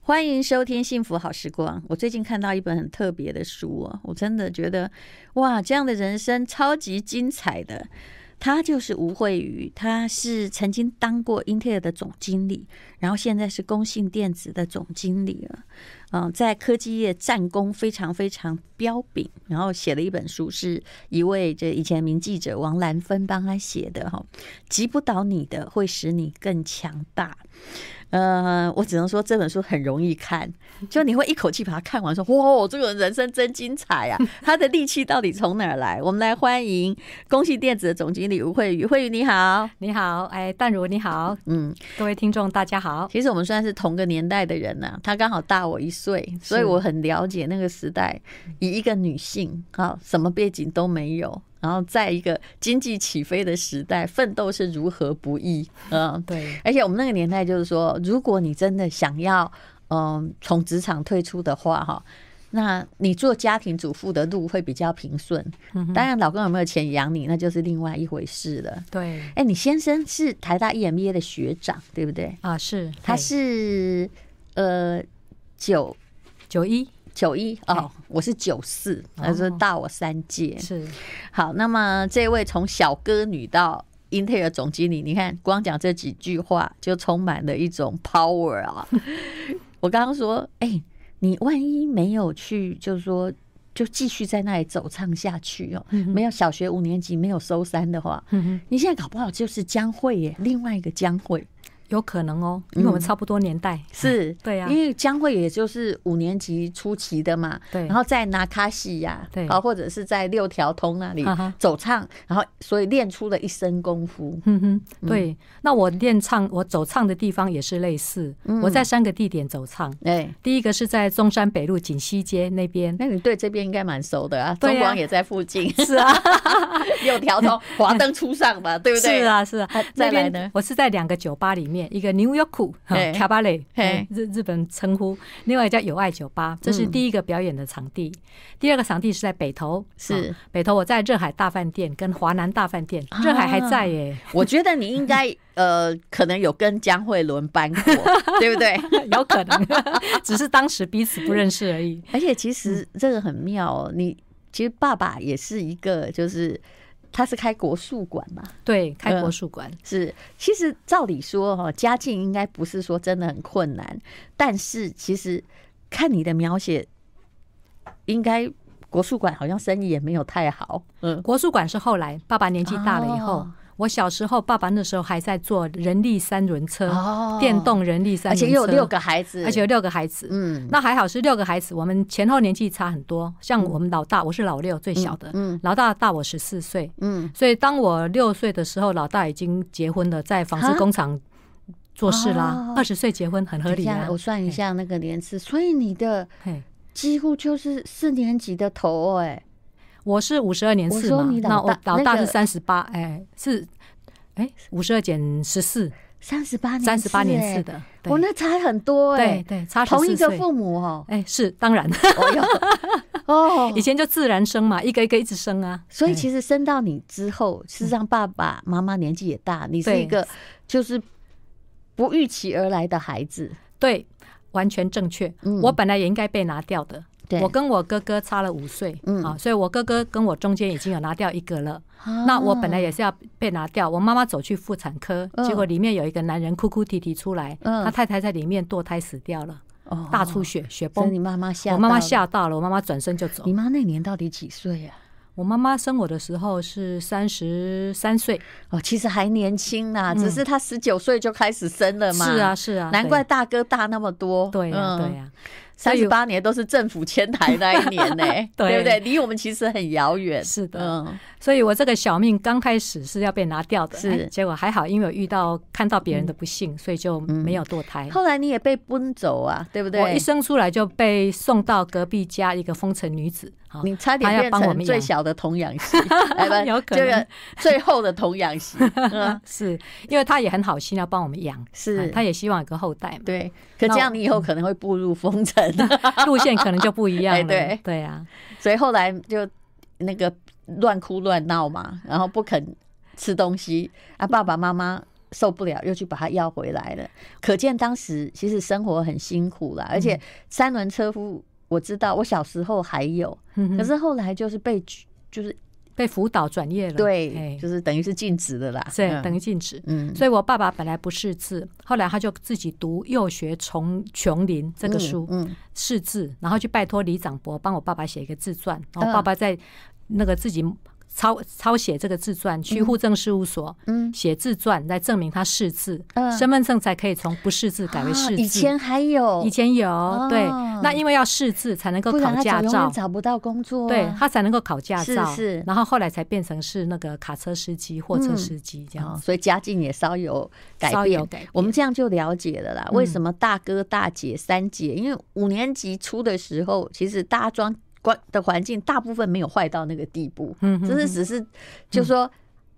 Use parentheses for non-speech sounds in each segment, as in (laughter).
欢迎收听《幸福好时光》。我最近看到一本很特别的书哦，我真的觉得哇，这样的人生超级精彩的。他就是吴慧宇，他是曾经当过英特尔的总经理，然后现在是工信电子的总经理了。嗯、在科技业战功非常非常彪炳，然后写了一本书，是一位这以前名记者王兰芬帮他写的哈，击不倒你的会使你更强大。呃，我只能说这本书很容易看，就你会一口气把它看完，说哇，这个人人生真精彩啊！ (laughs) 他的力气到底从哪儿来？我们来欢迎工信电子的总经理吴慧宇，慧宇你好。你好，哎，淡如你好，嗯，各位听众大家好。其实我们算是同个年代的人呐、他刚好大我一岁，所以我很了解那个时代。以一个女性啊，什么背景都没有，然后在一个经济起飞的时代，奋斗是如何不易，嗯。对，而且我们那个年代就是说，如果你真的想要，嗯，从职场退出的话，哈，那你做家庭主妇的路会比较平顺。当然，老公有没有钱养你，那就是另外一回事了。对，哎，你先生是台大 E EMBA 的学长，对不对？啊，是，他对是呃九九一，九一哦哎，我是九四，他说大我三届。是好，那么这位从小歌女到英特尔总经理，你看光讲这几句话就充满了一种 power 啊！我刚刚说，哎、你万一没有去，就是说。就继续在那里走唱下去哦，没有小学五年级没有收山的话，嗯你现在搞不好就是江蕙耶，另外一个江蕙有可能哦，因为我们差不多年代。是，对呀因为江蕙也就是五年级初期的嘛，对然后在拿卡西呀，对啊，或者是在六条通那里啊哈走唱，然后所以练出了一身功夫。嗯哼，对，那我练唱，我走唱的地方也是类似。我在三个地点走唱，哎，第一个是在中山北路锦西街那 (laughs) 边，那你对这边应该蛮熟的啊，对啊中广也在附 (laughs) 近，是啊，六条通华灯初上 (laughs) 嘛，对不对？是，啊，是啊啊。再那来边呢我是在两个酒吧里面，一个 New York 嘿 c a b a r 嘿嗯日日本称呼，另外一家友爱酒吧，这是第一个表演的场地。第二个场地是在北投，是啊啊北投，我在热海大饭店跟华南大饭店，热海还在 (laughs) 耶，我觉得你应该呃，可能有跟江蕙轮班 (laughs) 过，对不对？有可能， (laughs) 只是当时彼此不认识而已。而且其实这个很妙哦，你其实爸爸也是一个，就是他是开国术馆嘛，对，开国术馆，是，其实照理说哈，家境应该不是说真的很困难，但是其实看你的描写，应该国术馆好像生意也没有太好。嗯，国术馆是后来爸爸年纪大了以后。哦我小时候，爸爸那时候还在做人力三轮车，哦电动人力三而轮车，且又有六个孩子，而且有六个孩子，嗯那还好是六个孩子，我们前后年纪差很多。像我们老大，我是老六，最小的，嗯老大大我十四岁，嗯，所以当我六岁的时候，老大已经结婚了，在纺织啊工厂做事啦哦。二十岁结婚很合等一理下啊我。算一下那个年次，所以你的嘿，几乎就是四年级的头哎、我是五十二年次我说嘛你，老大那我那老个大是三十八，哎，是哎五十二减十四，三十八年三十八年哎次，的，我对那差很多哎、对对，差同一14个岁父母哦、哎是当然，哎呦 (laughs) 哦，以前就自然生嘛，一个一个一直生啊，所以哎其实生到你之后，事实上爸爸妈妈年纪也大，你是嗯对一个就是不预期而来的孩子。对，完全正确。嗯我本来也应该被拿掉的。对我跟我哥哥差了五岁，嗯啊，所以我哥哥跟我中间已经有拿掉一个了。哦啊那我本来也是要被拿掉，我妈妈走去妇产科，嗯结果里面有一个男人哭哭啼啼出来，嗯他太太在里面堕胎死掉了，哦大出，血，血所以你崩。妈妈吓，我妈妈。吓到了，我妈妈转身就走你。妈那年到底几啊岁啊呀、我妈妈生我的时候是三十三岁，哦，其实还年轻呐、只是她十九岁就开始生了嘛。嗯是啊，是啊，难怪大哥大那么多。嗯对对呀对呀，啊所三以十八年都是政府迁台那一年呢、 (laughs) 对对不对？离我们其实很遥远。是的嗯，所以我这个小命刚开始是要被拿掉的，是哎结果还好，因为我遇到看到别人的不幸，所以就没有堕胎。后来你也被奔走啊，对不嗯对？我一生出来就被送到隔壁家一个风尘女子，啊好你差点哦她要变帮我成们最养小的童养 (laughs) 媳，哎不，有可这能个最后的童养 (laughs) 媳，嗯，是因为她也很好心要帮我们养，是啊她也希望有个后代嘛，对。可这样你以后可能会步入风尘， (laughs) 路线可能就不一样哎 (laughs) 了。对对啊，所以后来就那个乱哭乱闹嘛，然后不肯吃东西啊，爸爸妈妈受不了，又去把它要回来了。可见当时其实生活很辛苦啦，而且嗯三轮车夫我知道，我小时候还有，嗯可哼是后来就是被举就是被辅导转业了，对嘿，就是等于是禁止的啦，是嗯等于禁止。嗯所以我爸爸本来不识字，后来他就自己读《幼学从琼林》这个书，嗯嗯识字，然后去拜托李长伯帮我爸爸写一个自传，然嗯后爸爸在那个自己抄抄写这个自传，去户政事务所嗯写自传来证明他识字，嗯身份证才可以从不识字改为识啊字。以前还有以，前有、对哦，那因为要识字才能够不然考他驾找永远照。找不到工作啊，对他才能够考驾照，是是然后后来才变成是那个卡车司机、货车司机这样哦子。所以家境也稍有改稍变有改。变嗯我们这样就了解了啦。为什么大哥、大姐、三姐？因为五年级初的时候，其实大家庄关的环境大部分没有坏到那个地步，嗯哼就是只是就说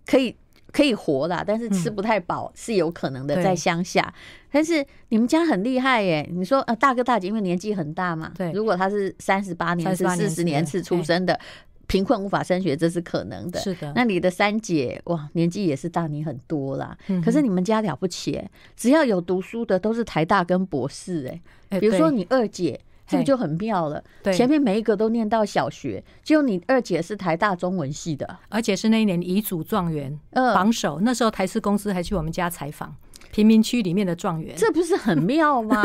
可以。可以活啦，但是吃不太饱、是有可能的，嗯对在乡下。但是你们家很厉害耶！你说呃，大哥大姐因为年纪很大嘛，对如果他是三十八年次、 38四年十次年次出生的，贫困无法升学，这是可能的。是的，那你的三姐哇，年纪也是大你很多啦。嗯哼可是你们家了不起、欸，只要有读书的都是台大跟博士哎、哎比如说对你二姐，这个嘿就很妙了。对前面每一个都念到小学，只有你二姐是台大中文系的。而且是那一年乙组状元嗯榜首，那时候台式公司还去我们家采访贫民区里面的状元。这不是很妙 (laughs) 吗？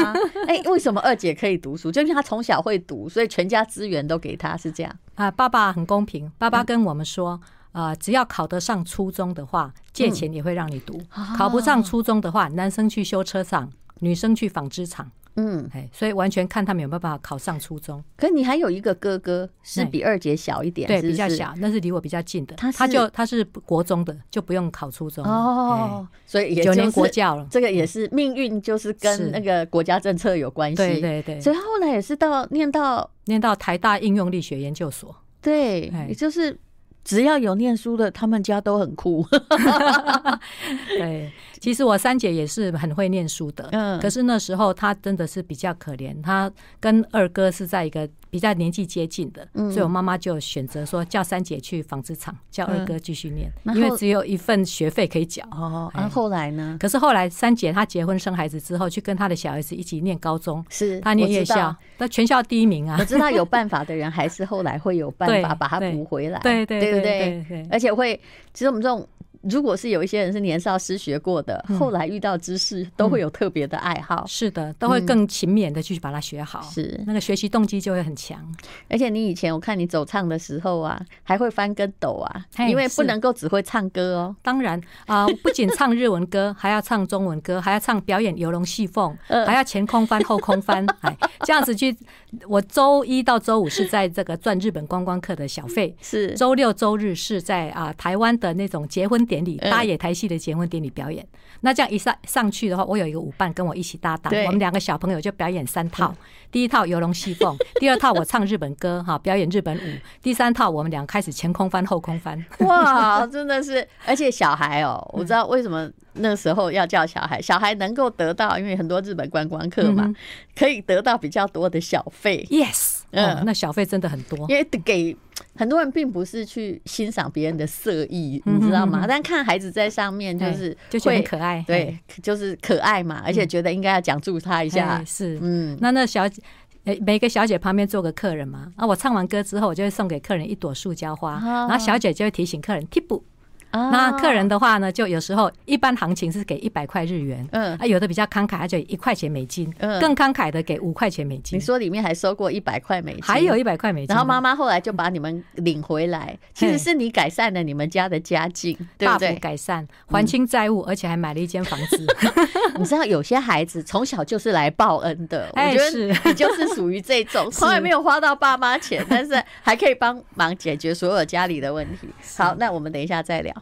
哎、为什么二姐可以读书？就因为她从小会读，所以全家资源都给她，是这样。啊，爸爸很公平，爸爸跟我们说。嗯啊、只要考得上初中的话，借钱也会让你读；啊考不上初中的话，男生去修车厂，女生去纺织厂。嗯，哎，所以完全看他们有没有办法考上初中。可你还有一个哥哥是比二姐小一点，对，是不比较是小，那是离我比较近的。他他是就他是国中的，就不用考初中了。哦，所以哎，也九年就是国教了。这个也是命运，就是跟是那个国家政策有关系。对对对，所以后来也是到念到念到台大应用力学研究所。对，哎也就是只要有念书的，他们家都很酷。 (laughs) 对，其实我三姐也是很会念书的，嗯可是那时候她真的是比较可怜，她跟二哥是在一个比较年纪接近的，嗯所以我妈妈就选择说叫三姐去纺织厂，叫二哥继续念，然后因为只有一份学费可以缴。 (laughs) 哦，哎然、后来呢？可是后来三姐她结婚生孩子之后，去跟她的小儿子一起念高中，是她嗯念我夜知道 (laughs) 校，那全校第一名我啊。知道有办法的人，还是后来会有办 (laughs) 法对把它对补回来。 (laughs) 对对嗯对不对对对而且会，其实我们这种。如果是有一些人是年少失学过的，嗯后来遇到知识都会有特别的爱好，是的，都会更勤勉的去把它学好，是那个学习动机就会很强。而且你以前我看你走唱的时候啊，还会翻跟斗啊，嘿因为不是能够只会唱歌哦。当然 (laughs) 啊、不仅唱日文歌，还要唱中文歌，还要唱表演游龙戏凤，呃还要前空翻后 (laughs) 空翻，哎，这样子去。我周一到周五是在这个赚日本观光客的小费。是周六、周日是在啊、台湾的那种结婚典礼，嗯大野台戏的结婚典礼表演。那这样一上上去的话，我有一个舞伴跟我一起搭档对，嗯我们两个小朋友就表演三套。第一套游龙戏凤，第二套我唱日本歌哈，表演日本舞。第三套我们俩开始前空翻后空翻。 (laughs) 哇，真的是，而且小孩哦，我嗯知道为什么那时候要叫小孩，小孩能够得到，因为很多日本观光客嘛，嗯可以得到比较多的小费， Yes，、嗯哦、那小费真的很多。因为给很多人并不是去欣赏别人的色艺，你嗯知道吗？但看孩子在上面就是哎就觉会得很可爱嗯对，就是可爱嘛，而且觉得应该要讲助他一下哎，是，嗯，那那小姐。哎每个小姐旁边坐个客人嘛，啊，我唱完歌之后，我就会送给客人一朵塑胶花，啊然后小姐就会提醒客人 tip。啊那客人的话呢，就有时候一般行情是给一百块日元，嗯啊，有的比较慷慨，他就一块钱美金，嗯更慷慨的给五块钱美你金，说里面还收过一百块美金，还有一百块美金。然后妈妈后来就把你们领回来，其实是你改善了你们家的家境，对不大对幅？改善，还清债务，而且还买了一间房 (laughs) 子。你知道有些孩子从小就是来报恩的，我哎觉是 (laughs) 得你就是属于这种， (laughs) 从来没有花到爸妈 (laughs) 钱，但是还可以帮忙解决所有家里的问题。好，那我们等一下再聊。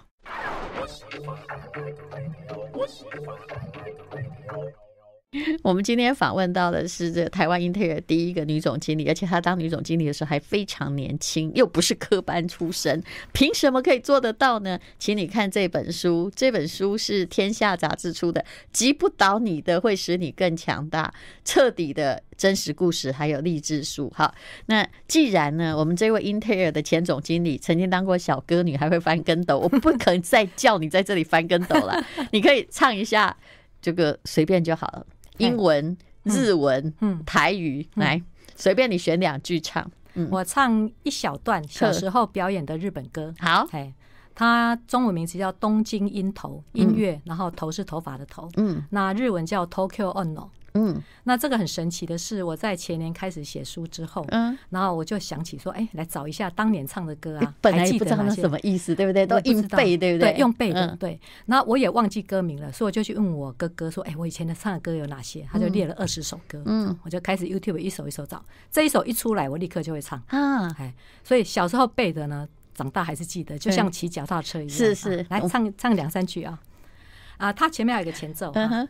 我们今天访问到的是这个台湾英特尔第一个女总经理，而且她当女总经理的时候还非常年轻，又不是科班出身，凭什么可以做得到呢？请你看这本书，这本书是《天下》杂志出的，《击不倒你的会使你更强大》，彻底的真实故事，还有励志书。好，那既然呢，我们这位英特尔的前总经理曾经当过小歌女，还会翻跟斗，我不可能再叫你在这里翻跟斗 (laughs) 了，你可以唱一下这个随便就好了。英文、日文、嗯台语，来随便你选两句唱。嗯，我唱一小段小时候表演的日本歌，好，哎，它中文名字叫东京音头，音乐，然后头是头发的头，嗯那日文叫 Tokyo Ono。嗯那这个很神奇的是，我在前年开始写书之后，嗯，然后我就想起说，哎、来找一下当年唱的歌啊，本来还也记不知得道哪那些什么意思，对不对？都我不知硬道背，对不对？用背的，嗯对。那我也忘记歌名了，所以我就去问我哥哥说：“哎，我以前的唱的歌有哪些？”他就列了二十首歌，嗯我就开始 YouTube 一首一首找，这一首一出来，我立刻就会唱。啊，哎，所以小时候背的呢，长大还是记得，就像骑脚踏车一样。是是啊来唱唱两三句啊。啊，它前面还有一个前奏啊，嗯哼，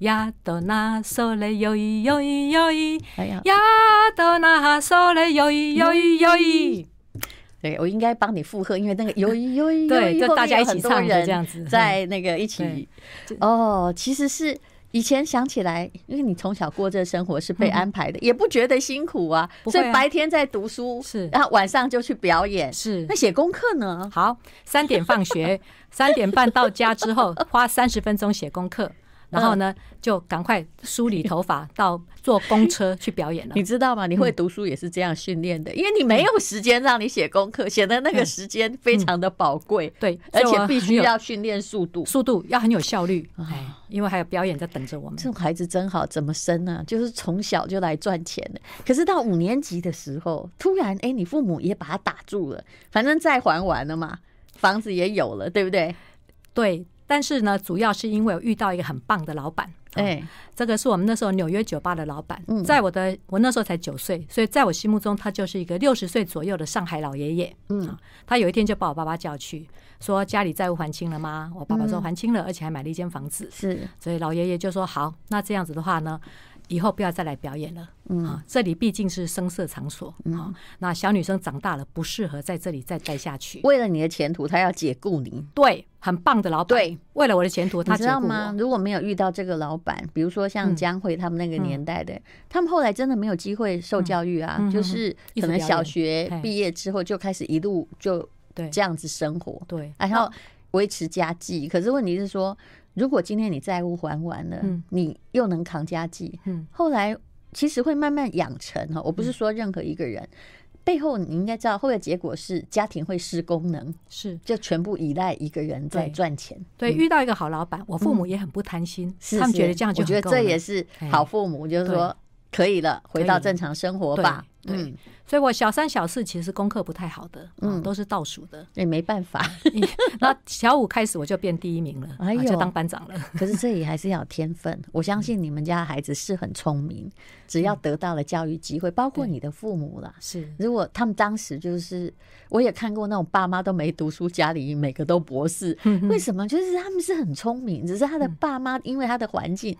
やっとなそれよいよいよい哎呀，やっとなそれよいよいよい。对我应该帮你附和，因为那个有有有，对，有就大家一起唱后的这，面有很多人样子。 (laughs) 在那个一起对哦，其实是。以前想起来，因为你从小过这生活是被安排的，也不觉得辛苦啊，嗯不会所啊以白天在读书，是然后晚上就去表演。 (laughs) 是那写功课呢？好，三点放学，三点半到家之后，花三十分钟写功课，然后呢就赶快梳理头发，到坐公车去表演了你。知道嗯吗？你会读书也是这样训练的，因为你没有时间让你写功课，写的那个时间非常的宝贵，对，而嗯所以我且必须很有要训练速度。速度，要很有效率，哎，因为还有表演在等着我们这。种孩子真好，怎么生啊？就是从小就来赚钱的。可是到五年级的时候，突然哎、你父母也把他打住了，反正债还完了嘛，房子也有了，对不对？对，但是呢，主要是因为我遇到一个很棒的老板。哎、这个是我们那时候纽约酒吧的老板嗯，在我的我那时候才九岁，所以在我心目中他就是一个六十岁左右的上海老爷爷。嗯，他有一天就把我爸爸叫去，说家里债务还清了嗯吗？我爸爸说还清了，而且还买了一间房子。是所以老爷爷就说好，那这样子的话呢，以后不要再来表演了。嗯啊，这里毕竟是声色场所嗯啊，那小女生长大了不适合在这里再待下去。为了你的前途，他要解雇你。哦对，很棒的老板。对，为了我的前途，他你知解道雇吗我？。如果没有遇到这个老板，比如说像江慧他们那个年代的，他们后来真的没有机会受教育啊，嗯嗯就是可能一直表演小学嘿毕业之后就开始一路就对这样子生活，对，然后啊维持家计。可是问题是说，如果今天你债务还完了，嗯你又能扛家计，嗯，后来其实会慢慢养成哈。我不是说任何一个人。背后你应该知道，后来结果是家庭会失功能，是。就全部依赖一个人在对赚钱。对，遇到一个好老板，我父母也很不贪心，他们觉得这样嗯就我觉得很够这也了。是好父母，就是说可以了，回到正常生活吧。对对嗯，所以我小三小四其实功课不太好的，嗯，都是倒数的。也没办法。那小五开始我就变第一名了，哎呦啊就当班长了。可是这也还是要有天分。我相信你们家的孩子是很聪明，只要得到了教育机会，包括你的父母啦。 (laughs) 是如果他们当时就是，我也看过那种爸妈都没读书，家里每个都博士，为什么？就是他们是很聪明，只是他的嗯爸妈因为他的环境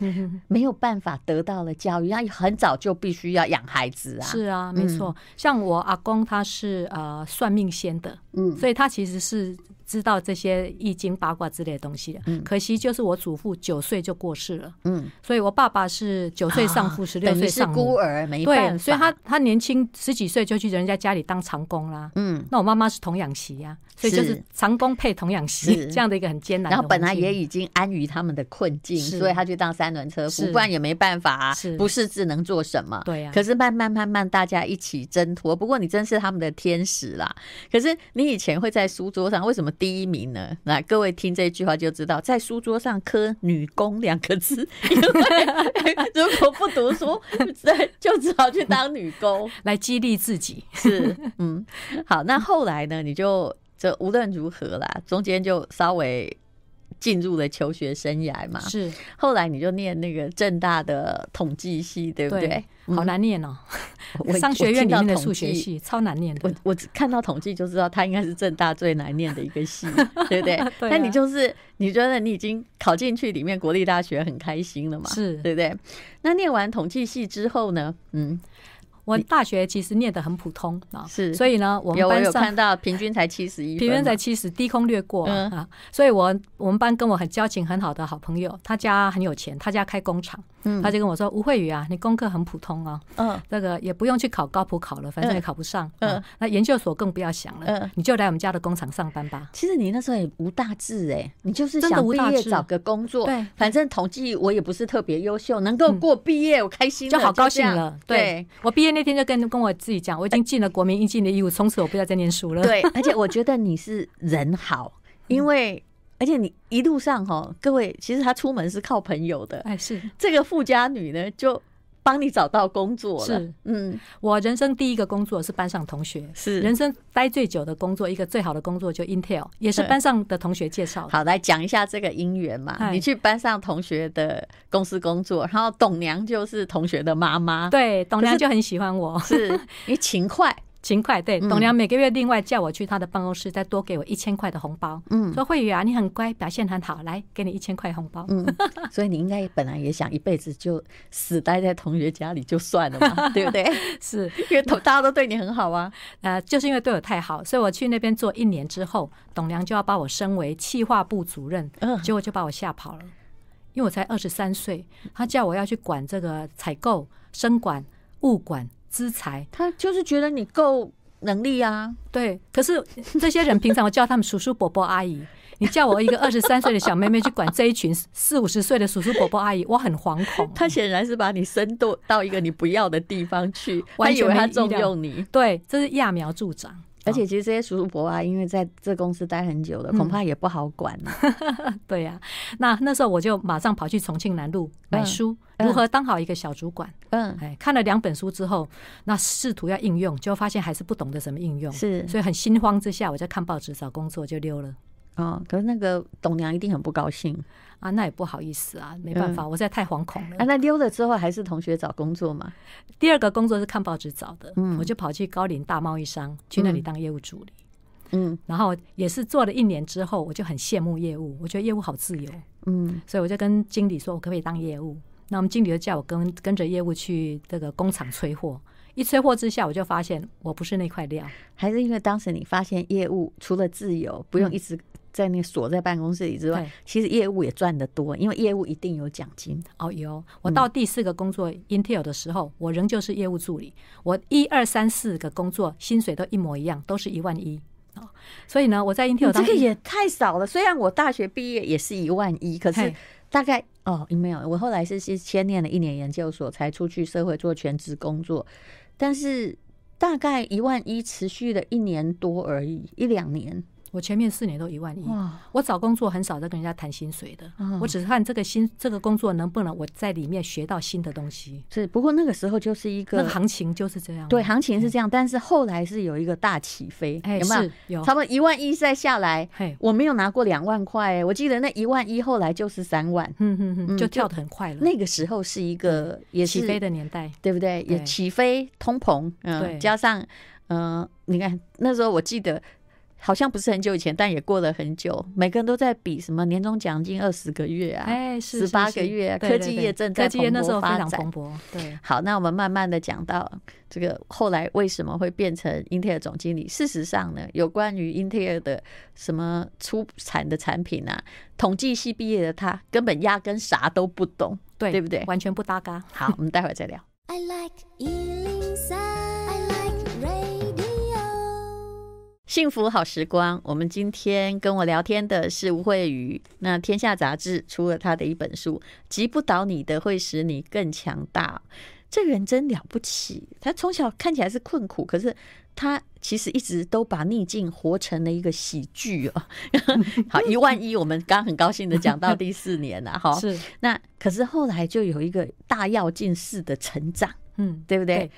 没有办法得到了教育，他很早就必须要养孩子啊。是啊，没错。像我阿公他是呃算命仙的，嗯所以他其实是知道这些易经八卦之类的东西的。可惜就是我祖父九岁就过世了，嗯，所以我爸爸是九岁丧父，十六啊等于岁是丧孤母。儿，没办对，法。所以他他年轻十几岁就去人家家里当长工啦。嗯，那我妈妈是童养媳呀、所以就是是长工配童养媳是这样的一个很艰难的然环后本境。来也已经安于他们的困境，是所以他去当三轮车夫，是不然也没办法啊是，不识字能做什么？对呀啊可是慢慢慢慢，大家一起挣脱。不过你真是他们的天使啦。可是你以前会在书桌上，为什么第一名呢？那各位听这句话就知道，在书桌上刻“女工”两个字， (laughs) 因为如果不读书， (laughs) 对，就只好去当女工。来激励自己。 (laughs) 是，嗯，好，那后来呢？你就这无论如何啦，中间就稍微进入了求学生涯嘛。是，后来你就念那个正大的统计系，对不对？对嗯好难念哦， (laughs) 我商学院里面我听的到数学统计系超难念我的。我只看到统计就知道，它应该是正大最难念的一个 (laughs) 系，对不对？对啊但你就是你觉得你已经考进去里面国立大学很开心了嘛？是对不对？那念完统计系之后呢？嗯，我大学其实念得很普通啊，是所以呢，我们有我班有上看到平均才七十一，平原在七十，低空掠过啊,、嗯啊所以我我们班跟我很交情很好的好朋友，他家很有钱，他家开工厂，嗯他就跟我说：“吴慧宇啊，你功课很普通啊，嗯那个也不用去考高普考了，反正也考不上，嗯啊那研究所更不要想了，嗯你就来我们家的工厂上班吧。其实你那时候也无大志哎、你就是真的想无毕大业志找个工作，对反正统计我也不是特别优秀，能够过毕业我开心了嗯就好高兴这样了，对我毕业那天就跟跟我自己讲，我已经尽了国民应尽的义务，从此我不要再念书了。 (laughs) 对，而且我觉得你是人好，嗯因为而且你一路上哈，各位其实她出门是靠朋友的，哎，是这个富家女呢就帮你找到工作了，是嗯我人生第一个工作是班上同学，是人生待最久的工作，一个最好的工作就 Intel，也是嗯班上的同学介绍的。好，来讲一下这个姻缘嘛。哎你去班上同学的公司工作，然后董娘就是同学的妈妈，对，董可是娘就很喜欢我， (laughs) 是你勤快，勤快。对，嗯董娘每个月另外叫我去她的办公室，再多给我一千块的红包，嗯说慧宇啊，你很乖，表现很好，来给你一千块红包。嗯，所以你应该本来也想一辈子就死待在同学家里就算了 (laughs) 嘛，对不对？是，因为大家都对你很好啊，呃，就是因为对我太好，所以我去那边做一年之后，董娘就要把我升为企划部主任，嗯结果就把我吓跑了，因为我才二十三岁，她叫我要去管这个采购、生管、物管、资材。他就是觉得你够能力啊，对，可是这些人平常我叫他们叔叔、伯伯、阿姨，你叫我一个二十三岁的小妹妹去管这一群四五十岁的叔叔、伯伯、阿姨，我很惶恐。啊他显然是把你深度到一个你不要的地方去，他完以全为没他意重料用你。嗯对，这是揠苗助长，而且其实这些叔叔伯伯啊，因为在这公司待很久了，恐怕也不好管啊。对呀、那那时候我就马上跑去重庆南路买嗯书，嗯如何当好一个小主管？嗯，哎，看了两本书之后，那试图要应用，就发现还是不懂得怎么应用，是所以很心慌之下，我就看报纸找工作就溜了。哦，可是那个董娘一定很不高兴啊，那也不好意思啊，嗯没办法，我实在太惶恐了啊。。那溜了之后还是同学找工作嘛？第二个工作是看报纸找的，嗯我就跑去高瓴大贸易商去那里当业务助理，嗯然后也是做了一年之后，我就很羡慕业务，我觉得业务好自由，嗯所以我就跟经理说，我可不可以当业务？那我们经理就叫我跟跟着业务去这个工厂催货，一催货之下，我就发现我不是那块料，还是因为当时你发现业务除了自由，不用一直在那个锁在办公室里之外，对其实业务也赚得多，因为业务一定有奖金。哦有，我到第四个工作 Intel 的时候，我仍旧是业务助理，我一二三四个工作薪水都一模一样，都是一万一。哦，所以呢，我在你 Intel 这当个也太少了。虽然我大学毕业也是一万一，可是嘿大概哦，没有，我后来是先先念了一年研究所，才出去社会做全职工作，但是大概一万一持续了一年多而已，一两年。我前面四年都一万一，哇，我找工作很少在跟人家谈薪水的，嗯我只是看这个薪这个工作能不能我在里面学到新的东西。是不过那个时候就是一那个个行情就是这样，对，行情是这样，但是后来是有一个大起飞，哎，有没有是？有差，不多一万一再下来，嘿，我没有拿过两万块、欸我记得那一万一后来就是三万。嗯嗯嗯嗯，就跳得很快了，那个时候是一个也是起飞的年代，对不对？也对起飞通膨，嗯、对加上嗯、呃你看那时候我记得好像不是很久以前，但也过了很久，每个人都在比什么年终奖金二十个月啊，哎，是18是是个月啊对科对技对业正在科技业蓬那时勃候非发常展蓬勃，对，好，那我们慢慢的讲到这个后来为什么会变成英特尔总经理。事实上呢，有关于英特尔的什么出产的产品啊，统计系毕业的他根本压根啥都不懂。对对不对完全不搭嘎。好，我们待会儿再聊。 I like Ealing Sound. I like radio. 幸福好时光，我们今天跟我聊天的是吴慧瑜。那《天下》杂志出了他的一本书《击不倒你的会使你更强大》。这人真了不起，他从小看起来是困苦，可是他其实一直都把逆境活成了一个喜剧哦。 (laughs) 好，一万一，我们刚很高兴的讲到第四年了哈。是，那可是后来就有一个大跃进式的成长，嗯，对不对？对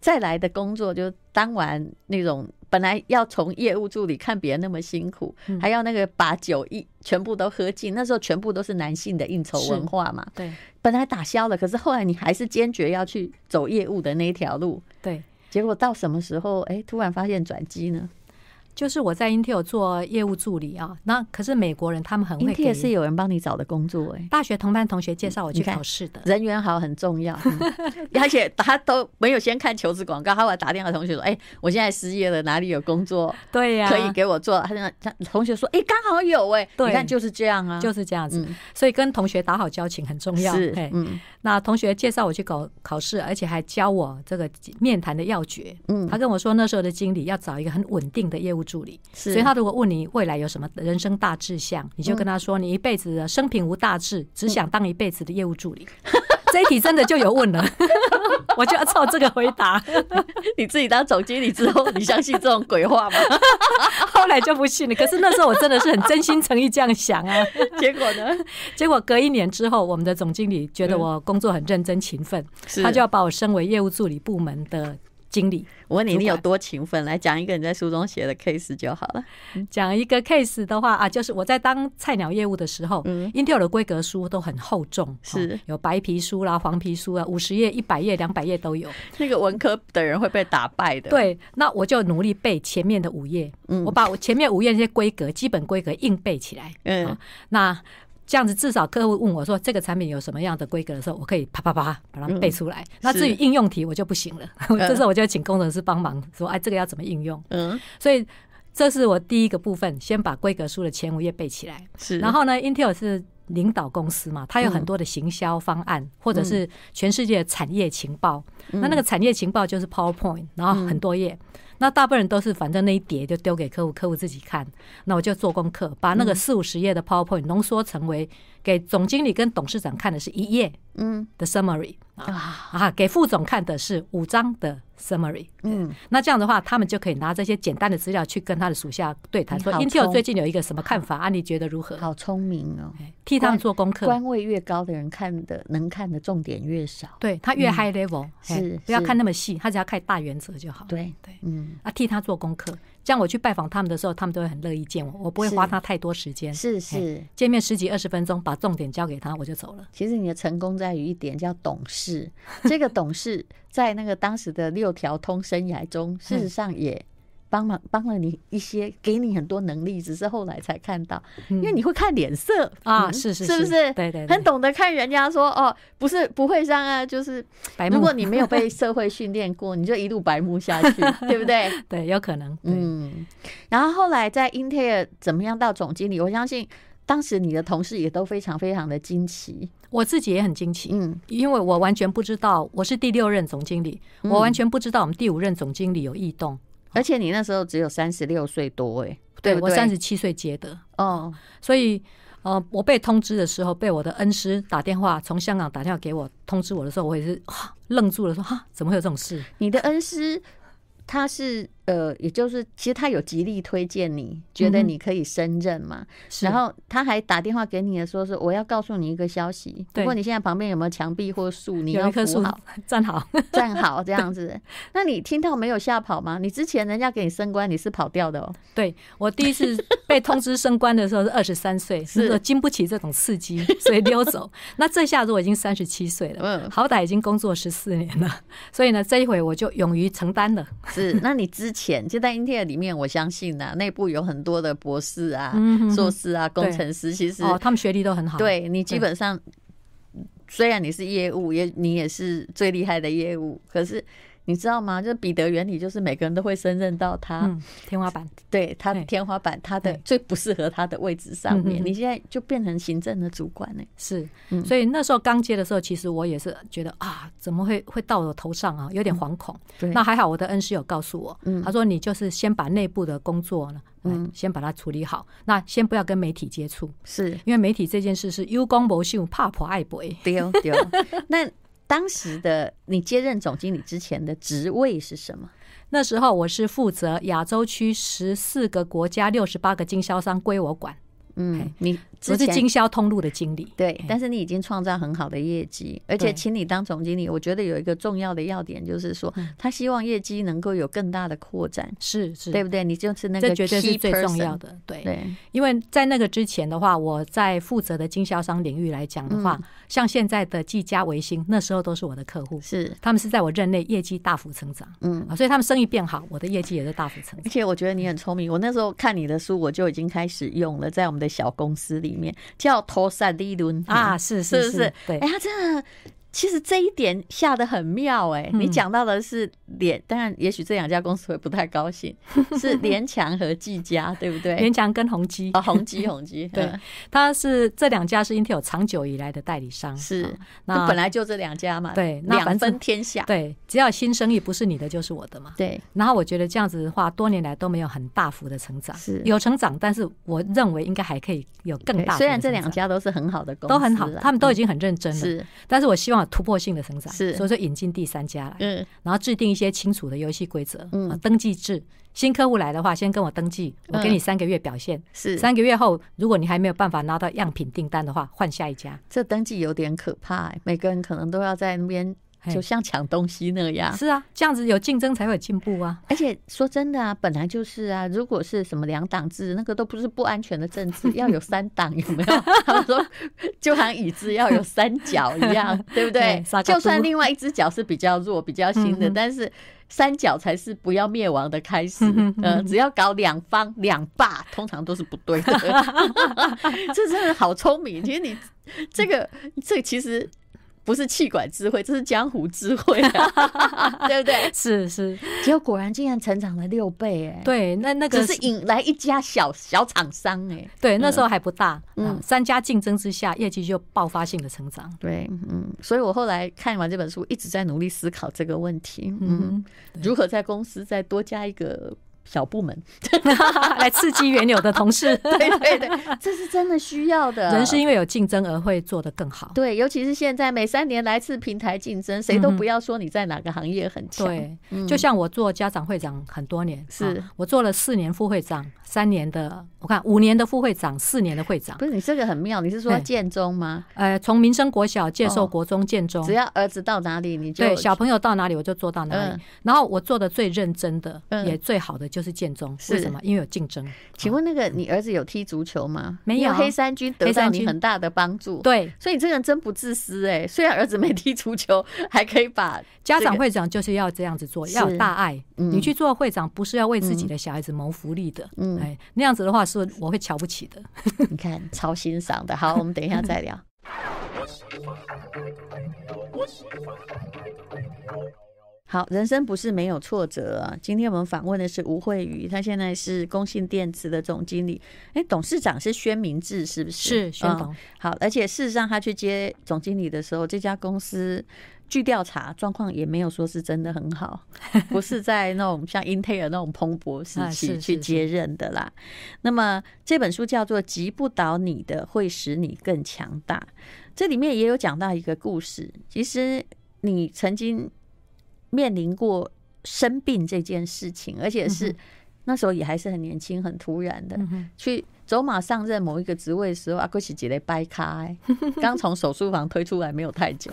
再来的工作就当完那种本来要从业务助理看别人那么辛苦，嗯还要那个把酒一全部都喝尽，那时候全部都是男性的应酬是文化嘛，对，本来打消了，可是后来你还是坚决要去走业务的那一条路，对，结果到什么时候哎、突然发现转机呢就是我在 Intel 做业务助理啊，那可是美国人他们很会？Intel 给是有人帮你找的工作哎、大学同班同学介绍我去你看考试的，人缘好很重要，嗯 (laughs) 而且他都没有先看求职广告，他还打电话同学说：“哎、我现在失业了，哪里有工作？对呀、可以给我做。他那他同学说，哎、刚好有哎、对你看就是这样啊，就是是这样子，嗯所以跟同学打好交情很重要。是嘿嗯那同学介绍我去考考试，而且还教我这个面谈的要诀。嗯，他跟我说，那时候的经理要找一个很稳定的业务助理，是嗯所以他如果问你未来有什么人生大志向，你就跟他说，你一辈子的生平无大志，只想当一辈子的业务助理。 (laughs) 这一题真的就有问了， (laughs) 我就要照这个回答， (laughs) 你自己当总经理之后，你相信这种鬼话吗？ (laughs) 后来就不信了。可是那时候我真的是很真心诚意这样想啊。结果呢？结果隔一年之后，我们的总经理觉得我工作很认真勤奋，嗯是他就要把我升为业务助理部门的经理。我问你，主管你有多勤奋？来讲一个你在书中写的 case 就好 (laughs) 了。讲一个 case 的话啊，就是我在当菜鸟业务的时候、嗯 i n t e l 的规格书都很厚重，是哦有白皮书啦、黄皮书啊，五十页、一百页、两百页都有。那个文科的人会被打败的，，对，那我就努力背前面的五页，嗯我把我前面五页那些规格、基本规格硬背起来。嗯哦，那这样子，至少客户问我说这个产品有什么样的规格的时候，我可以啪啪啪把嗯它背出来。那至于应用题，我就不行了。 (laughs) 这时候我就请工程师帮忙说，哎，这个要怎么应用？嗯，所以这是我第一个部分，先把规格书的前五页背起来。是，嗯然后呢，Intel 是领导公司嘛，它有很多的行销方案，或者是全世界的产业情报。嗯那那个产业情报就是 PowerPoint，然后很多页。那大部分人都是反正那一叠就丢给客户，客户自己看。那我就做功课，把嗯那个四五十页的 PowerPoint 浓缩成为给总经理跟董事长看的是一页嗯的 summary 啊啊，啊，给副总看的是五张的 summary。嗯，那这样的话，他们就可以拿这些简单的资料去跟他的属下对谈，你说好 Intel 聪最近有一个什么看法啊？你觉得如何？好聪明哦。哎替他们做功课。官位越高的人看的能看的重点越少，对他越 high level，、哎嗯是不要是看那么细，他只要看大原则就好。对对嗯。啊，替他做功课，这样我去拜访他们的时候，他们都会很乐意见我，我不会是花他太多时间。是是，见面十几二十分钟，把重点交给他，我就走了。其实你的成功在于一点叫懂 (laughs) 事。这个懂事在那个当时的六条通生涯中，事实上也帮忙帮了你一些，给你很多能力，只是后来才看到，嗯因为你会看脸色啊嗯是是是不是是？对对对很懂得看人家说哦，不是不会上啊，就是白如目果你没有被社会训练过，你就一路白目下 (laughs) 去，对不对？对，有可能。对嗯，然后后来在 Intel 怎么样到总经理，我相信当时你的同事也都非常非常的惊奇。我自己也很惊奇，嗯，因为我完全不知道我是第六任总经理，我完全不知道我们第五任总经理有异动。而且你那时候只有三十六岁多哎、对不我对三十七岁接的，哦，所以呃，我被通知的时候，被我的恩师打电话从香港打电话给我通知我的时候，我也是哇愣住了说，哈，怎么会有这种事？你的恩师他是呃，也就是其实他有极力推荐你，觉得嗯哼你可以升任嘛，是然后他还打电话给你的说是我要告诉你一个消息，不对过你现在旁边有没有墙壁或树，你有要一棵扶树 (laughs) 好站好，站好这样子。那你听到没有吓跑吗？你之前人家给你升官，你是跑掉的哦。对我第一次被通知升官的时候是二十三岁，是是经不起这种刺激， (laughs) 所以溜走。那这下子我已经三十七岁嗯了，好歹已经工作十四年了， (laughs) 所以呢，这一回我就勇于承担了。是，那你之前就在 Intel 里面，我相信呐、内部有很多的博士啊、嗯哼哼硕士啊、工程师，其实哦，他们学历都很好，，对你基对本上，虽然你是业务，也你也是最厉害的业务，可是你知道吗？就是彼得原理，就是每个人都会升任到他、嗯，天花板。对他的对天花板，他的对最不适合他的位置上面。嗯嗯嗯你现在就变成行政的主管呢、是，嗯所以那时候刚接的时候，其实我也是觉得啊，怎么会会到我头上啊，有点嗯惶恐。对那还好，我的恩师有告诉我，嗯他说你就是先把内部的工作呢，嗯，先把它处理好，那先不要跟媒体接触，是因为媒体这件事是有功无秀，怕破爱博。丢丢。那当时的你接任总经理之前的职位是什么？那时候我是负责亚洲区十四个国家六十八个经销商归我管，嗯嘿，你我之是前经销通路的经理。对嘿，但是你已经创造很好的业绩，而且对请你当总经理，我觉得有一个重要的要点就是说，他希望业绩能够有更大的扩展，是嗯是，对不对？你就是那个这绝对 key 是最重要 person 的。对，对，因为在那个之前的话，我在负责的经销商领域来讲的话，嗯像现在的技嘉、维新，那时候都是我的客户，是，他们是在我任内业绩大幅成长嗯。啊，所以他们生意变好，我的业绩也是大幅成而长。且我觉得你很聪明，我那时候看你的书，我就已经开始用了，在我们的小公司里面叫“头散利轮”啊，，是嗯是是不是？对哎、，他真的，其实这一点下的很妙哎、嗯你讲到的是联，当然也许这两家公司会不太高兴， (laughs) 是联强和技嘉，对不对联？强跟宏基啊，，宏基，宏基，对嗯它是这两家是 Intel 长久以来的代理商，是，那那本来就这两家嘛，对那两反正分天下，对，只要有新生意不是你的就是我的嘛。对，然后我觉得这样子的话，多年来都没有很大幅的成长，是有成长，但是我认为应该还可以有更对大幅的成长。虽然这两家都是很好的公司都啦，很好，他们都已经经很认真了，是，但是我希望有突破性的成长，是所以说引进第三家来，嗯，然后制定一些清楚的游戏规则，嗯啊，登记制。新客户来的话，先跟我登记，我给你三个月表现。是，三个月后，如果你还没有办法拿到样品订单的话，换下一家。这登记有点可怕、欸，每个人可能都要在那边，嘿就像抢东西那样。是啊，这样子有竞争才会有进步啊。而且说真的啊，本来就是啊，如果是什么两党制，那个都不是不安全的政治，要有三党有没有？ (laughs) 他们说就好像椅子要有三角一样，对不对嗯？萨卡就都算另外一只脚是比较弱、比较新的，嗯嗯但是三角才是不要灭亡的开始。嗯嗯嗯呃，只要搞两方两霸，通常都是不 (laughs) 对的。 (laughs) 这真的好聪明，其实你这个这个其实。不是气管智慧，这是江湖智慧、啊， (laughs) 对不对？是是，结果果然竟然成长了六倍哎、对，那那个只是引来一家小小厂商哎、对那时候还不大，嗯啊三家竞争之下，业绩就爆发性的成长。对，嗯，所以我后来看完这本书，一直在努力思考这个问题，嗯，嗯，如何在公司再多加一个小 (laughs) 部门？ (laughs) 来刺激原有的同 (laughs) 事。对对对，这是真的需要的。人是因为有竞争而会做得更好。对，尤其是现在每三年来一次平台竞争，谁都不要说你在哪个行业很强，嗯对，就像我做家长会长很多年，嗯是啊我做了四年副会长，三年的，我看五年的副会长，四年的会长不。是你这个很妙，你是说嗯建中吗？呃，从民生国小介哦受国中、建中，只要儿子到哪里，你就对小朋友到哪里我就做到哪里。嗯然后我做的最认真的，嗯也最好的就是建中，是为什么？因为有竞争。请问那个你儿子有踢足球吗？没有因为黑山军得黑到山你军很大的帮助。对，所以你这个人真不自私哎、虽然儿子没踢足球， (laughs) 还可以把家长会长就是要这样子做，是要有大爱。嗯你去做会长，不是要为自己的小孩子谋福利的，嗯哎，那样子的话是我会瞧不起的。你看超欣赏的。好，我们等一下再 (laughs) 聊。好，人生不是没有挫折啊。今天我们访问的是吴慧瑜，她现在是工信电子的总经理。哎，董事长是宣明志，是不是？是宣董嗯好，而且事实上，他去接总经理的时候，这家公司据调查状况也没有说是真的很好， (laughs) 不是在那种像英特尔那种蓬勃时啊期是去是接任的啦。那么这本书叫做《击不倒你的会使你更强大》，这里面也有讲到一个故事。其实你曾经面临过生病这件事情，而且嗯是、那时候也还是很年轻、很突然的。嗯哼去走马上任某一个职位的时候，阿啊贵喜姐姐掰开， (laughs) 刚从手术房推出来没有 (laughs) 太久，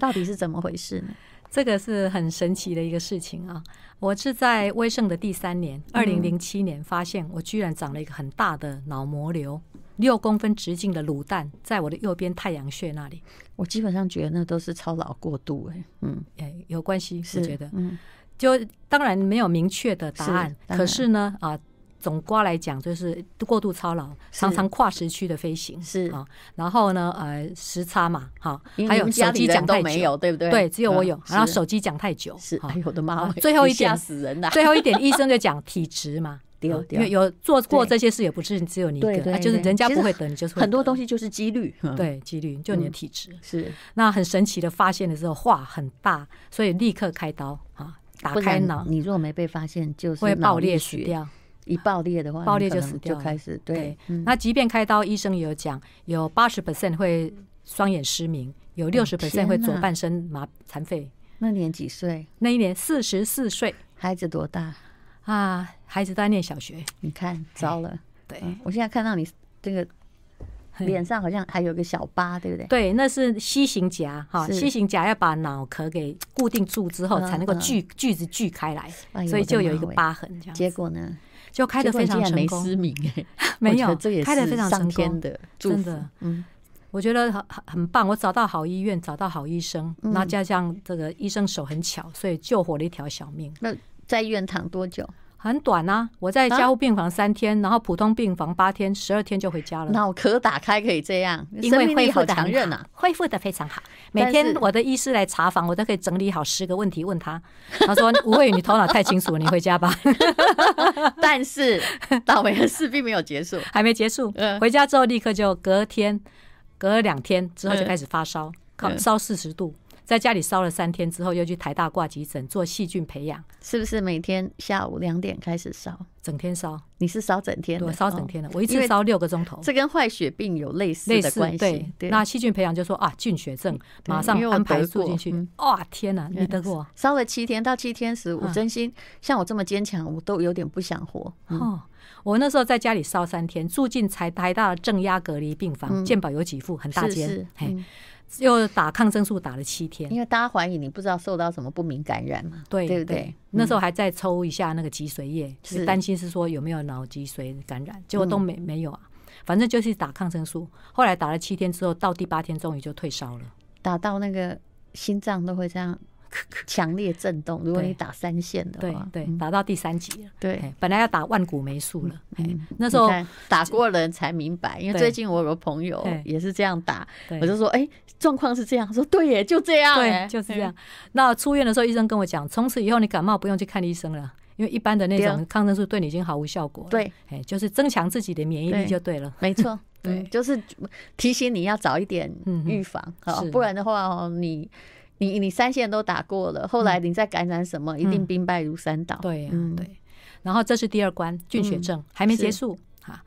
到底是怎么回事呢？这个是很神奇的一个事情啊！我是在威盛的第三嗯年，二零零七年，发现我居然长了一个很大的脑膜瘤，六公分直径的卤蛋，在我的右边太阳穴那里。我基本上觉得那都是操劳过度、哎，嗯，哎，有关系，是我觉得，嗯，就当然没有明确的答案是，当然可是呢，啊，总瓜来讲就是过度操劳，是常常跨时区的飞行是啊，然后呢，呃，时差嘛，哈，因为还你有们家手里机人讲都太没久，有，对不对？对，只有我有嗯，然后是手机讲太久，是，啊哎呦我的妈啊呀，最后一点吓死人 (laughs) 啊了，最后一点，医生就讲体质 (laughs) 嘛，对啊对因为有做过对这些事，也不是只有你一对对个，啊就是对人家其实不会得，你就是会很多得东西就是几率，嗯，对几率，就你的体质。是那很神奇的发现的时候，哇，很大，所以立刻开刀啊，打不开然脑你如果没被发现，就是会嗯脑爆溢裂死血，掉。一爆裂的话，爆你裂可就能死掉就了开始对嗯对，，那即便开刀，医生也有讲，有八十 percent 会双眼失明，有六十哦天 percent 哪会左半身麻残废。那年几岁？那一年四十四岁孩子多大？啊，孩子在念小学，你看，糟了！对嗯我现在看到你这个嘿脸上好像还有个小疤，对不对？对，那是 C 型夹哈是，C 型夹要把脑壳给固定住之后，嗯才能够嗯锯锯子锯开来哎，呦所以就有一个我的妈喂疤痕这样结子，果呢？就啊开得非常结果成你竟然没失功，明哎，没我觉有得这也开得非是常上成天功。的祝真福的。嗯，我觉得很很很棒，我找到好医院，找到好医生，嗯然后加上这个医生手很巧，所以救活了一条小命。那在医院躺多久？很短啊，我在啊加护病房三天，然后普通病房八天，十二天就回家了。脑壳打开可以这样，嗯因生为命恢力复好的强韧 (laughs) 啊！，恢复的非常好。每但是天我的医师来查房，我都可以整理好十个问题问他。他说：“吴慧宇，你头脑太清楚了，你回家吧。但是倒霉的事并没有结束，”还没结束嗯，回家之后立刻就隔天，隔两天之后就开始发烧，靠嗯烧四十度，在家里烧了三天之后，又去台大挂急诊做细菌培养，是不是？每天下午两点开始烧，整天烧，你是烧整天的，我烧整哦天了，我一因次为烧六个钟头。这跟坏血病有类似类的似关系对，，那细菌培养就说啊，菌血症马上因为我安排得住过进去嗯。哇，天哪，你得 (laughs) 过？烧了七天到七天时，我嗯真心像我这么坚强，我都有点不想活。嗯哦，我那时候在家里烧三天，住进才台大的镇压隔离病房，嗯健保有几副很大是间，是，嘿嗯又打抗生素打了七天，因为大家怀疑你不知道受到什么不明感染嘛，对对不对对？那时候还在抽一下那个脊髓液，就是是担心是说有没有脑脊髓感染，结果都嗯没、没有啊。反正就是打抗生素，后来打了七天之后，到第八天终于就退烧了。打到那个心脏都会 (laughs) 这样强烈震动。如果对你打三线的对话，对，嗯打到第三级了。对。嗯哎，本来要打万古霉素了。哎，那时你候看打过的人才明白，因为对最近我有个朋友对也是这样打，对我就说，哎，状况是这样，他说对耶，就这样耶，对，就是这样。那出院的时候，医生跟我讲，从此以后你感冒不用去看医生了，因为一般的那对种抗生素对你已经毫无效果了。对，哎，就是增强自己的免疫对哦力就对了。没错， (laughs) 对嗯，就是提醒你要早一点嗯哼预防啊、是不然的话哦，你你你三线都打过了，后来你再感染什么，一定兵败如山倒。嗯对呀、嗯对。然后这是第二关，菌血症、还没结束啊。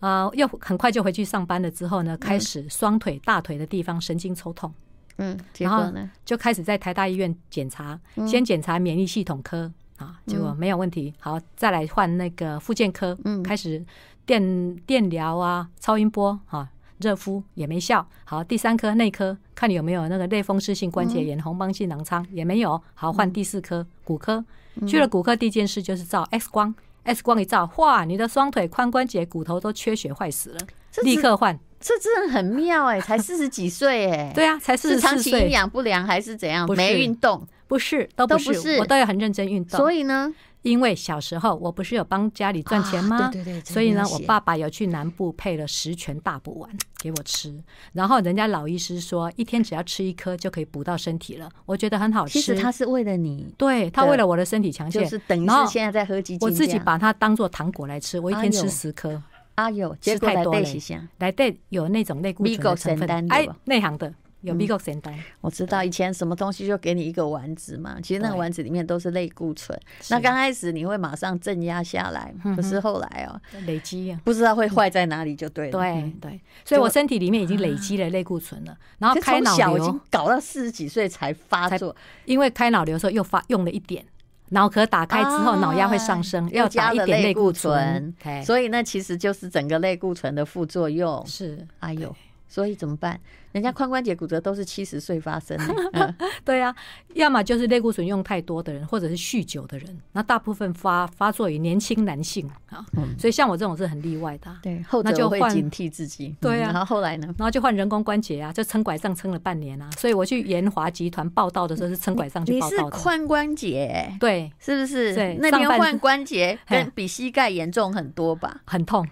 呃，又很快就回去上班了。之后呢，开始双腿、大腿的地方神经抽痛，嗯，结果呢？就开始在台大医院检查，嗯先检查免疫系统科啊，结果没有问题。好，再来换那个复健科，嗯开始电电疗啊、超音波啊、热敷也没效。好，第三科内科看你有没有那个类风湿性关节嗯炎、红斑性狼疮，也没有。好，换第四科骨科，嗯去了骨科第一件事就是照 X 光。X 光一照，哇，你的双腿、髋关节、骨头都缺血坏死了，这立只刻换。这真的很妙 (laughs) 哎、才四十几岁哎、对啊，才四是十长四期营岁，养不良还是怎样？不是没运动，不是，都都不不是是，我都有很认真运动。所以呢，因为小时候我不是有帮家里赚钱吗？啊对对对，所以呢这，我边写爸爸有去南部配了十全大补丸给我吃，然后人家老医师说一天只要吃一颗就可以补到身体了，我觉得很好吃。其实他是为了你，对他对为了我的身体强健，就是等于然是后现在在喝鸡精这我样，自己把它当做糖果来吃，我一哎天呦吃十颗，啊有，结果吃来太多对了一下，来带有那种类固醇 Bigo 的成神丹分，对哎吧，嗯内行的有 B 国神丹，我知道以前什么东西就给你一个丸子嘛，其实那个对丸子里面都是类固醇。是嗯那刚开始你会马上镇压下来，可是后来哦，累积啊。不知道会坏在哪里就对了。对嗯，对，所以我身体里面已经累积了类固醇了，然后就开从脑小已瘤经搞到四十几岁才发作，因为开脑瘤的时候又发用了一点，脑壳打开之后啊脑压会上升，又要加打一了点类类固醇醇，哎，所以那其实就是整个类固醇的副作用。是，哎呦，所以怎么办？人家髋关节骨折都是七十岁发生的，嗯对啊，要么就是类固醇用太多的人，或者是酗酒的人，那大部分发发作于年轻男性啊，所以像我这种是很例外的啊、嗯对，后那者就我会换警惕自己。嗯对啊然后后来呢？然后就换人工关节啊，就撑拐杖撑了半年啊，所以我去延华集团报道的时候是撑拐杖去你报是道的，髋关节、对，是不是对？那上边半换身关 (laughs) 节跟嘿比膝盖严重很多吧？很痛，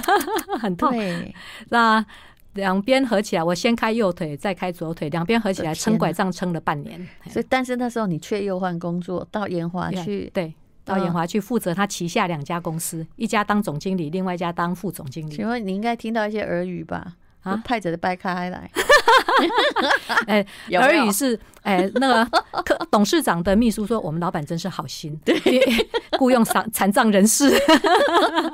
(laughs) 很痛，对，那两边合起来，我先开右腿，再开左腿，两边合起我的来天撑哪拐杖撑了半年，哎所以但是那时候你却又换工作，到延华去，对，到嗯研华去负责他旗下两家公司，一家当总经理，另外一家当副总经理 (laughs) 请。问你应该听到一些耳语吧？我派着的掰开来，哎，有耳没有语是，哎，那 (laughs) 个客董事长的秘书说，我们老板真是好心， (laughs) 对，雇佣残残障人士， (laughs)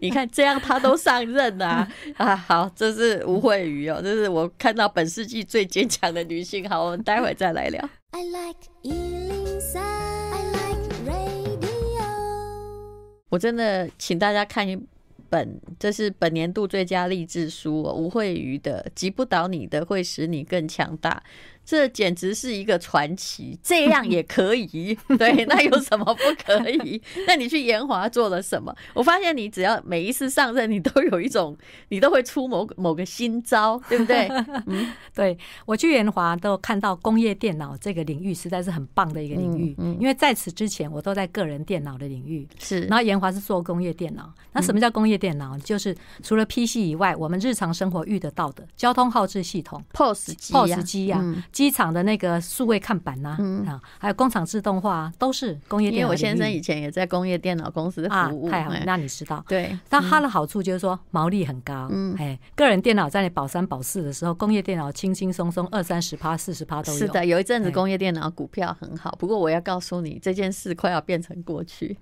你看这样他都上任 (laughs) 了啊！ (laughs) 啊好，这是吴慧瑜哦，这是我看到本世纪最坚强的女性。好，我们待会再来聊。 I like Ealing Sound. I like radio. 我真的请大家看一本，这是本年度最佳励志书、哦，吴慧瑜的《击不倒你的会使你更强大》，这简直是一个传奇。这样也 (laughs) 可以？对，那有什么不可以？那你去延华做了什么？我发现你只要每一次上任，你都有一种，你都会出某某个新招，对不对？对我去研华都看到工业电脑这个领域实在是很棒的一个领域，嗯嗯因为在此之前我都在个人电脑的领域。是然后研华 (laughs) 是做工业电脑，那嗯什么叫工业电脑？就是除了 PC 以外，我们日常生活遇得到的交通号志系统、 POS 机、啊、 POS 机呀、嗯机场的那个数位看板呐、嗯啊，还有工厂自动化、啊，都是工业因为电脑我领域。先生以前也在工业电脑公司啊服务，，太好了哎，那你知道。对，但它的好处就是说毛利很高，嗯哎，个人电脑在你保三保四的时候，工业电脑轻轻松松二三十趴、四十趴都有。是的，有一阵子哎工业电脑股票很好，不过我要告诉你，这件事快要变成过 (laughs) 去。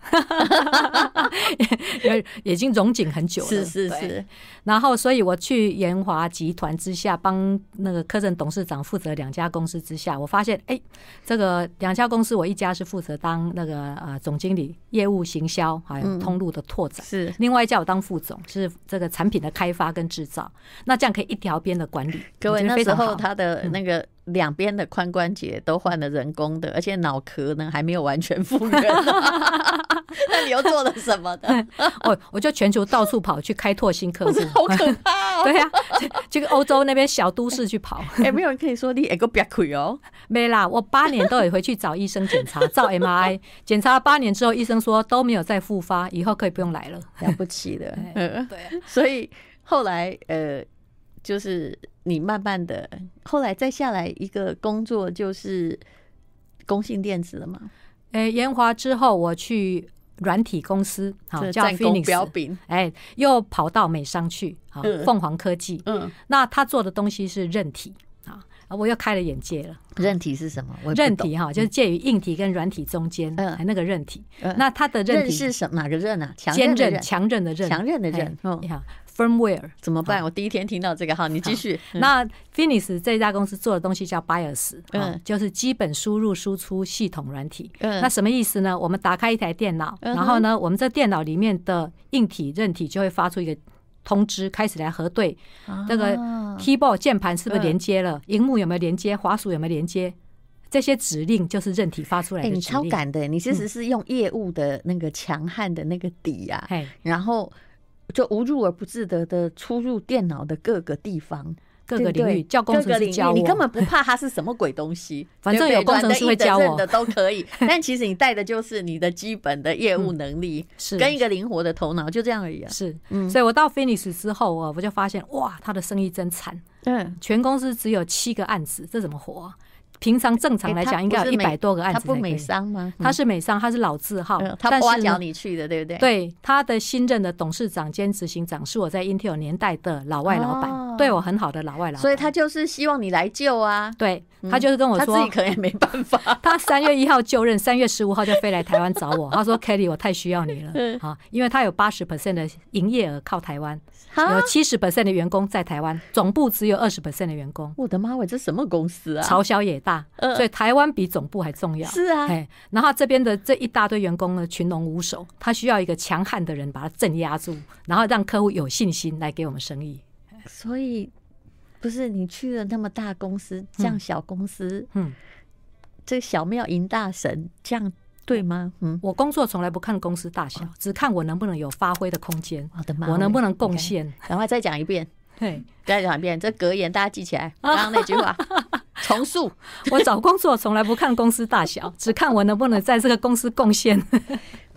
也已经融景很久了。是是对是，然后，所以我去研华集团之下，帮那个柯震董事长负责两家公司之下，我发现，哎，这个两家公司，我一家是负责当那个呃总经理、业务行销，还嗯有通路的拓展。是另外一家我当副总，是这个产品的开发跟制造，那这样可以一条边的管理。 (laughs) 各我位觉得那非时常候好他的那个两边的髋关节都换了人工的，而且脑壳呢还没有完全 (laughs) 复原。那你又做了什么的？我哦我就全球到处跑去开拓新客户， (laughs) 好可怕 (laughs) 哦！对呀、啊，去欧洲那边小都市去跑。 (laughs) 哎，没有人可以说你 (laughs) 哎个别亏哦。没啦，我八年都有回去找医生检查， (laughs) 照 MRI 检查了八年之后，医生说都没有再复发，以后可以不用来了。了不起 (laughs) 的。嗯对啊所以后来呃，就是你慢慢的，后来再下来一个工作就是工信电子了嘛，诶，研华之后我去软体公司，好这叫战功 Phoenix，彪炳，哎，又跑到美商去，好嗯凤凰科技，嗯，那他做的东西是韧体啊，我又开了眼界了。韧体是什么？我也不韧懂体哈，就是介于硬体跟软体中间，嗯哎，那个韧体嗯，那它的韧韧体是什哪个韧啊？强坚韧的韧、韧，强韧的韧，强韧的韧，哎嗯，呀，firmware。怎么办？我第一天听到这个，哈，你继续。嗯那 Finis 这家公司做的东西叫 BIOS，嗯嗯，就是基本输入输出系统软体。嗯那什么意思呢？我们打开一台电脑，嗯哼然后呢，我们这电脑里面的硬体、韧体就会发出一个通知，开始来核对那个啊 keyboard 键盘是不是嗯连接了，荧幕有没有连接，滑鼠有没有连接，这些指令就是韧体发出来哎，的指你令。超赶的，你其实是用业务的那个强悍的那个底啊，哎，然后就无入而不自得的出入电脑的各个地方。各个领域对不对叫工各程个师领教我，域，你根本不怕它是什么鬼东 (laughs) 西，反正对不对有工程师会教我软的硬的韧的都可 (laughs) 以。但其实你带的就是你的基本的业务能力，是跟一个灵活的头脑，就这样而已啊。是，所以我到 Finis 之后啊，我就发现哇，他的生意真惨，嗯，全公司只有七个案子，这怎么活、啊？平常正常来哎他讲，应该不有是一美百多个案他子才不可以嗯美。商吗？他是美商，他是老字号嗯，，他但挖是角呢，你去的，对不对？，对他的新任的董事长兼执行长是我在 Intel 年代的老外老哦板，对我很好的老外老板，所以他就是希望你来救啊。对他就是跟我他自说己，可能也没办法。 (laughs) 他三月一号就任，三月十五号就飞来台湾找我，他 (laughs) 说 Kelly 我太需要你了嗯啊，因为他有八十 percent 的营业额靠台湾， (laughs) 哈有七十 percent 的员工在台湾，总部只有二十 percent 的员工，我的妈喂，这什么公司啊？朝小也大，嗯所以台湾比总部还重要。是啊，哎，然后这边的这一大堆员工呢，群龙无首，他需要一个强悍的人把他镇压住，然后让客户有信心来给我们生意。所以不是你去了那么大公司，这样小公司，嗯，这小庙迎大神，这样对吗？嗯，我工作从来不看公司大哦小，只看我能不能有发挥的空间，我的妈，我能不能贡？献。赶快再讲一遍，对，再讲一遍，这格言大家记起来。刚刚那句 (laughs) 话，重塑。我找工作从来不看公司大 (laughs) 小，只看我能不能在这个公司贡献。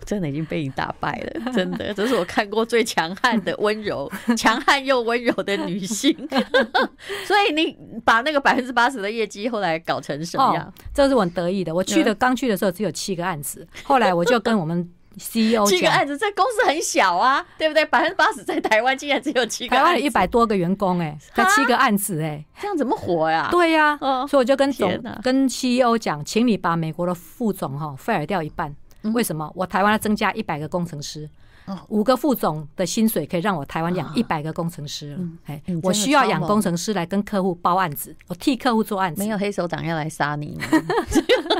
真的已经被你打败 (laughs) 了，真的，这是我看过最强悍的温 (laughs) 柔、强悍又温柔的女性。 (laughs) 所以你把那个百分之八十的业绩后来搞哦成什么样？嗯哦？这是我很得意的。我去的刚去的时候只有七个案子，后来我就跟我们 CEO (laughs) 七个奖。案子，这公司很小啊，对不对？百分之八十在台湾，竟然只有七个台案子，湾有一百多个员工、哎，才七个案子、这样怎么活呀、哎，对呀、哦所以我就跟天总哪跟 CEO 讲，请你把美国的副总哈 fire 掉一半。为什么？我台湾要增加一百个工程师嗯哦，五个副总的薪水可以让我台湾啊养一百个工程师了嗯。哎你真，的我需要超养猛工程师来跟客户包案子，我替客户做案子。没有，黑手党要来杀你吗？ (laughs)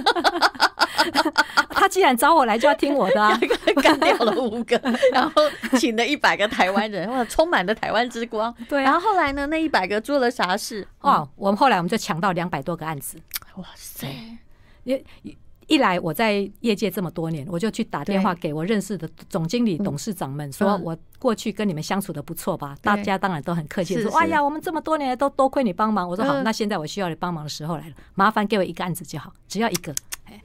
啊他既然找我来，就要听我的 (laughs) 啊。干掉了五 (laughs) 个，然后请了一百个台 (laughs) 湾人，哇，充满了台湾之光。对然啊，后后来呢，那一百个做了啥事？哦，我们后来我们就抢到两百多个案子。嗯哇塞！因为一来我在业界这么多年，我就去打电话给我认识的总经理、董事长们，说嗯我过去跟你们相处的不错吧？对大家当然都很客气，是说是哎呀，我们这么多年来都多亏你帮忙。我说好，嗯那现在我需要你帮忙的时候来了，麻烦给我一个案子就好，只要一个。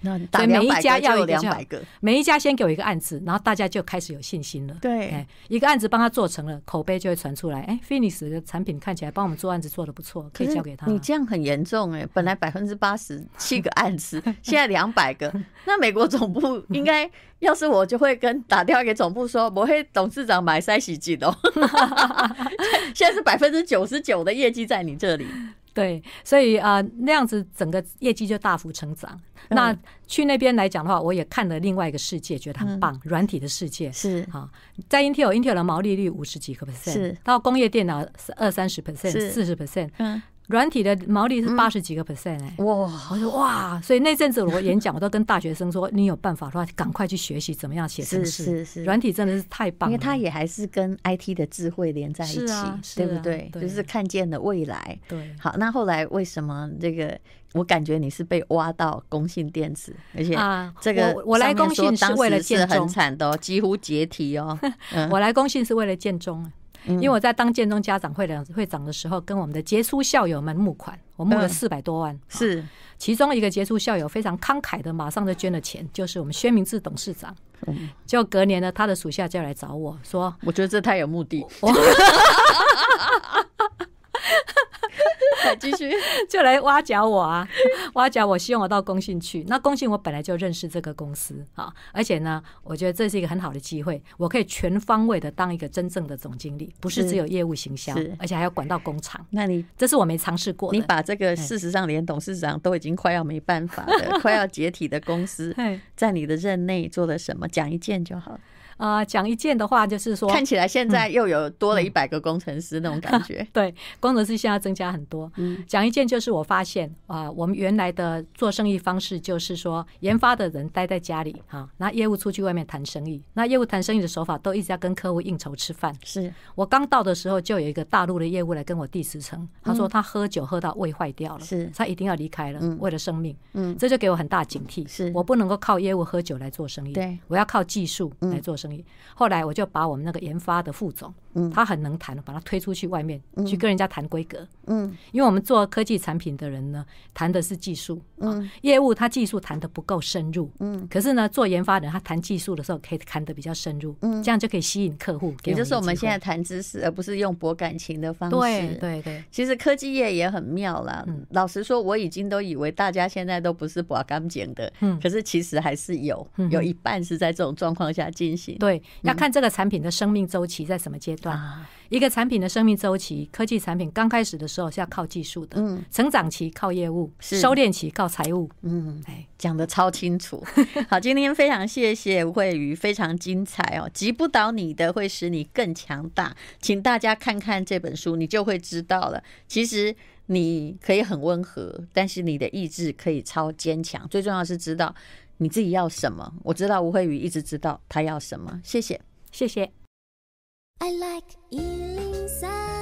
那你打所以每两一百家个就要有一个两就好百个，每一家先给我一个案子，然后大家就开始有信心了。对哎一个案子帮他做成了，口碑就会传出来。哎，Phoenix 的产品看起来帮我们做案子做的不错，可以交给他。嗯你这样很严重哎、本来百分之八十七个案子，现在两百 (laughs) 个。那美国总部应该，要是我就会跟打电话给总部说，我会董事长买塞洗剂哦。 (laughs) 现在是百分之九十九的业绩在你这里，对，所以啊、呃那样子整个业绩就大幅成长。嗯那去那边来讲的话，我也看了另外一个世界，觉得很棒，软、体的世界。嗯是啊，在 Intel，Intel 的毛利率五十几个 percent，是到工业电脑二三十 percent、是四十 percent，嗯，软体的毛利是八十几个 percent 哎、哇，我说哇，所以那阵子我演讲，我都跟大学生说，你有办法的话，赶快去学习怎么样写程是是式。是软体真的是太棒因了。为它也还是跟 IT 的智慧连在一是起，啊是对不啊对？对就是看见了未来。对，好，那后来为什么这个？我感觉你是被挖到工信电子，而且啊这个我我来上面工说信是当为了时是建很中惨的哦，几乎解体 (laughs) 哦。嗯我来公信是为了建中，啊因为我在当建中家长会的会长的时候，跟我们的杰出校友们募款，我募了嗯四百多万，是其中一个杰出校友非常慷慨的，马上就捐了钱，就是我们薛明志董事长。嗯就隔年呢，他的属下就来找我 (laughs) 说，我觉得这太有目的。我 (laughs) 来继续，就来挖角我啊，挖角我，希望我到工信去。那工信我本来就认识这个公司啊，而且呢，我觉得这是一个很好的机会，我可以全方位的当一个真正的总经理，不是是只有业务行销是，而且还要管到工厂，那你这是我哎没尝试过的。你把这个事实上连董事长都已经快要没办法 (laughs) 了，快要解体的公司，嘿在你的任内做了什么？讲一件就好了。啊，讲一件的话就是说，看起来现嗯在又有多了一百个工程师那种 (laughs) 感觉。对，工程师现在增加很多。嗯讲一件就是我发现啊、我们原来的做生意方式就是说，研发的人待在家里哈，那、业务出去外面谈生意，那业务谈生意的手法都一直在跟客户应酬吃饭。是我刚到的时候，就有一个大陆的业务来跟我递辞呈，他说他喝酒喝到胃坏掉了，嗯是他一定要离开了，嗯为了生命，嗯这就给我很大警惕，是我不能够靠业务喝酒来做生意，对，我要靠技术来做生意。后来我就把我们那个研发的副总，嗯他很能谈，把他推出去外面、去跟人家谈规格，嗯因为我们做科技产品的人呢，谈的是技术，啊嗯业务他技术谈的不够深入，嗯，可是呢，做研发的人他谈技术的时候可以谈的比较深入，嗯这样就可以吸引客户，给也就是我我们机会现在谈知识，而不是用博感情的方式。嗯对对对，其实科技业也很妙啦。嗯老实说，我已经都以为大家现在都不是把干净的，嗯可是其实还是有，嗯哼有一半是在这种状况下进行。对，要看这个产品的生命周期在什么阶段。嗯啊，一个产品的生命周期，科技产品刚开始的时候是要靠技术的，嗯成长期靠业务，是收敛期靠财务。嗯，哎，讲的超清楚。 (laughs) 好，今天非常谢谢吴慧瑜，非常精彩哦。击不倒你的，会使你更强大。请大家看看这本书，你就会知道了。其实你可以很温和，但是你的意志可以超坚强。最重要是知道你自己要什么。我知道吴慧瑜一直知道她要什么。谢谢。谢谢。 I like Ealing Sound.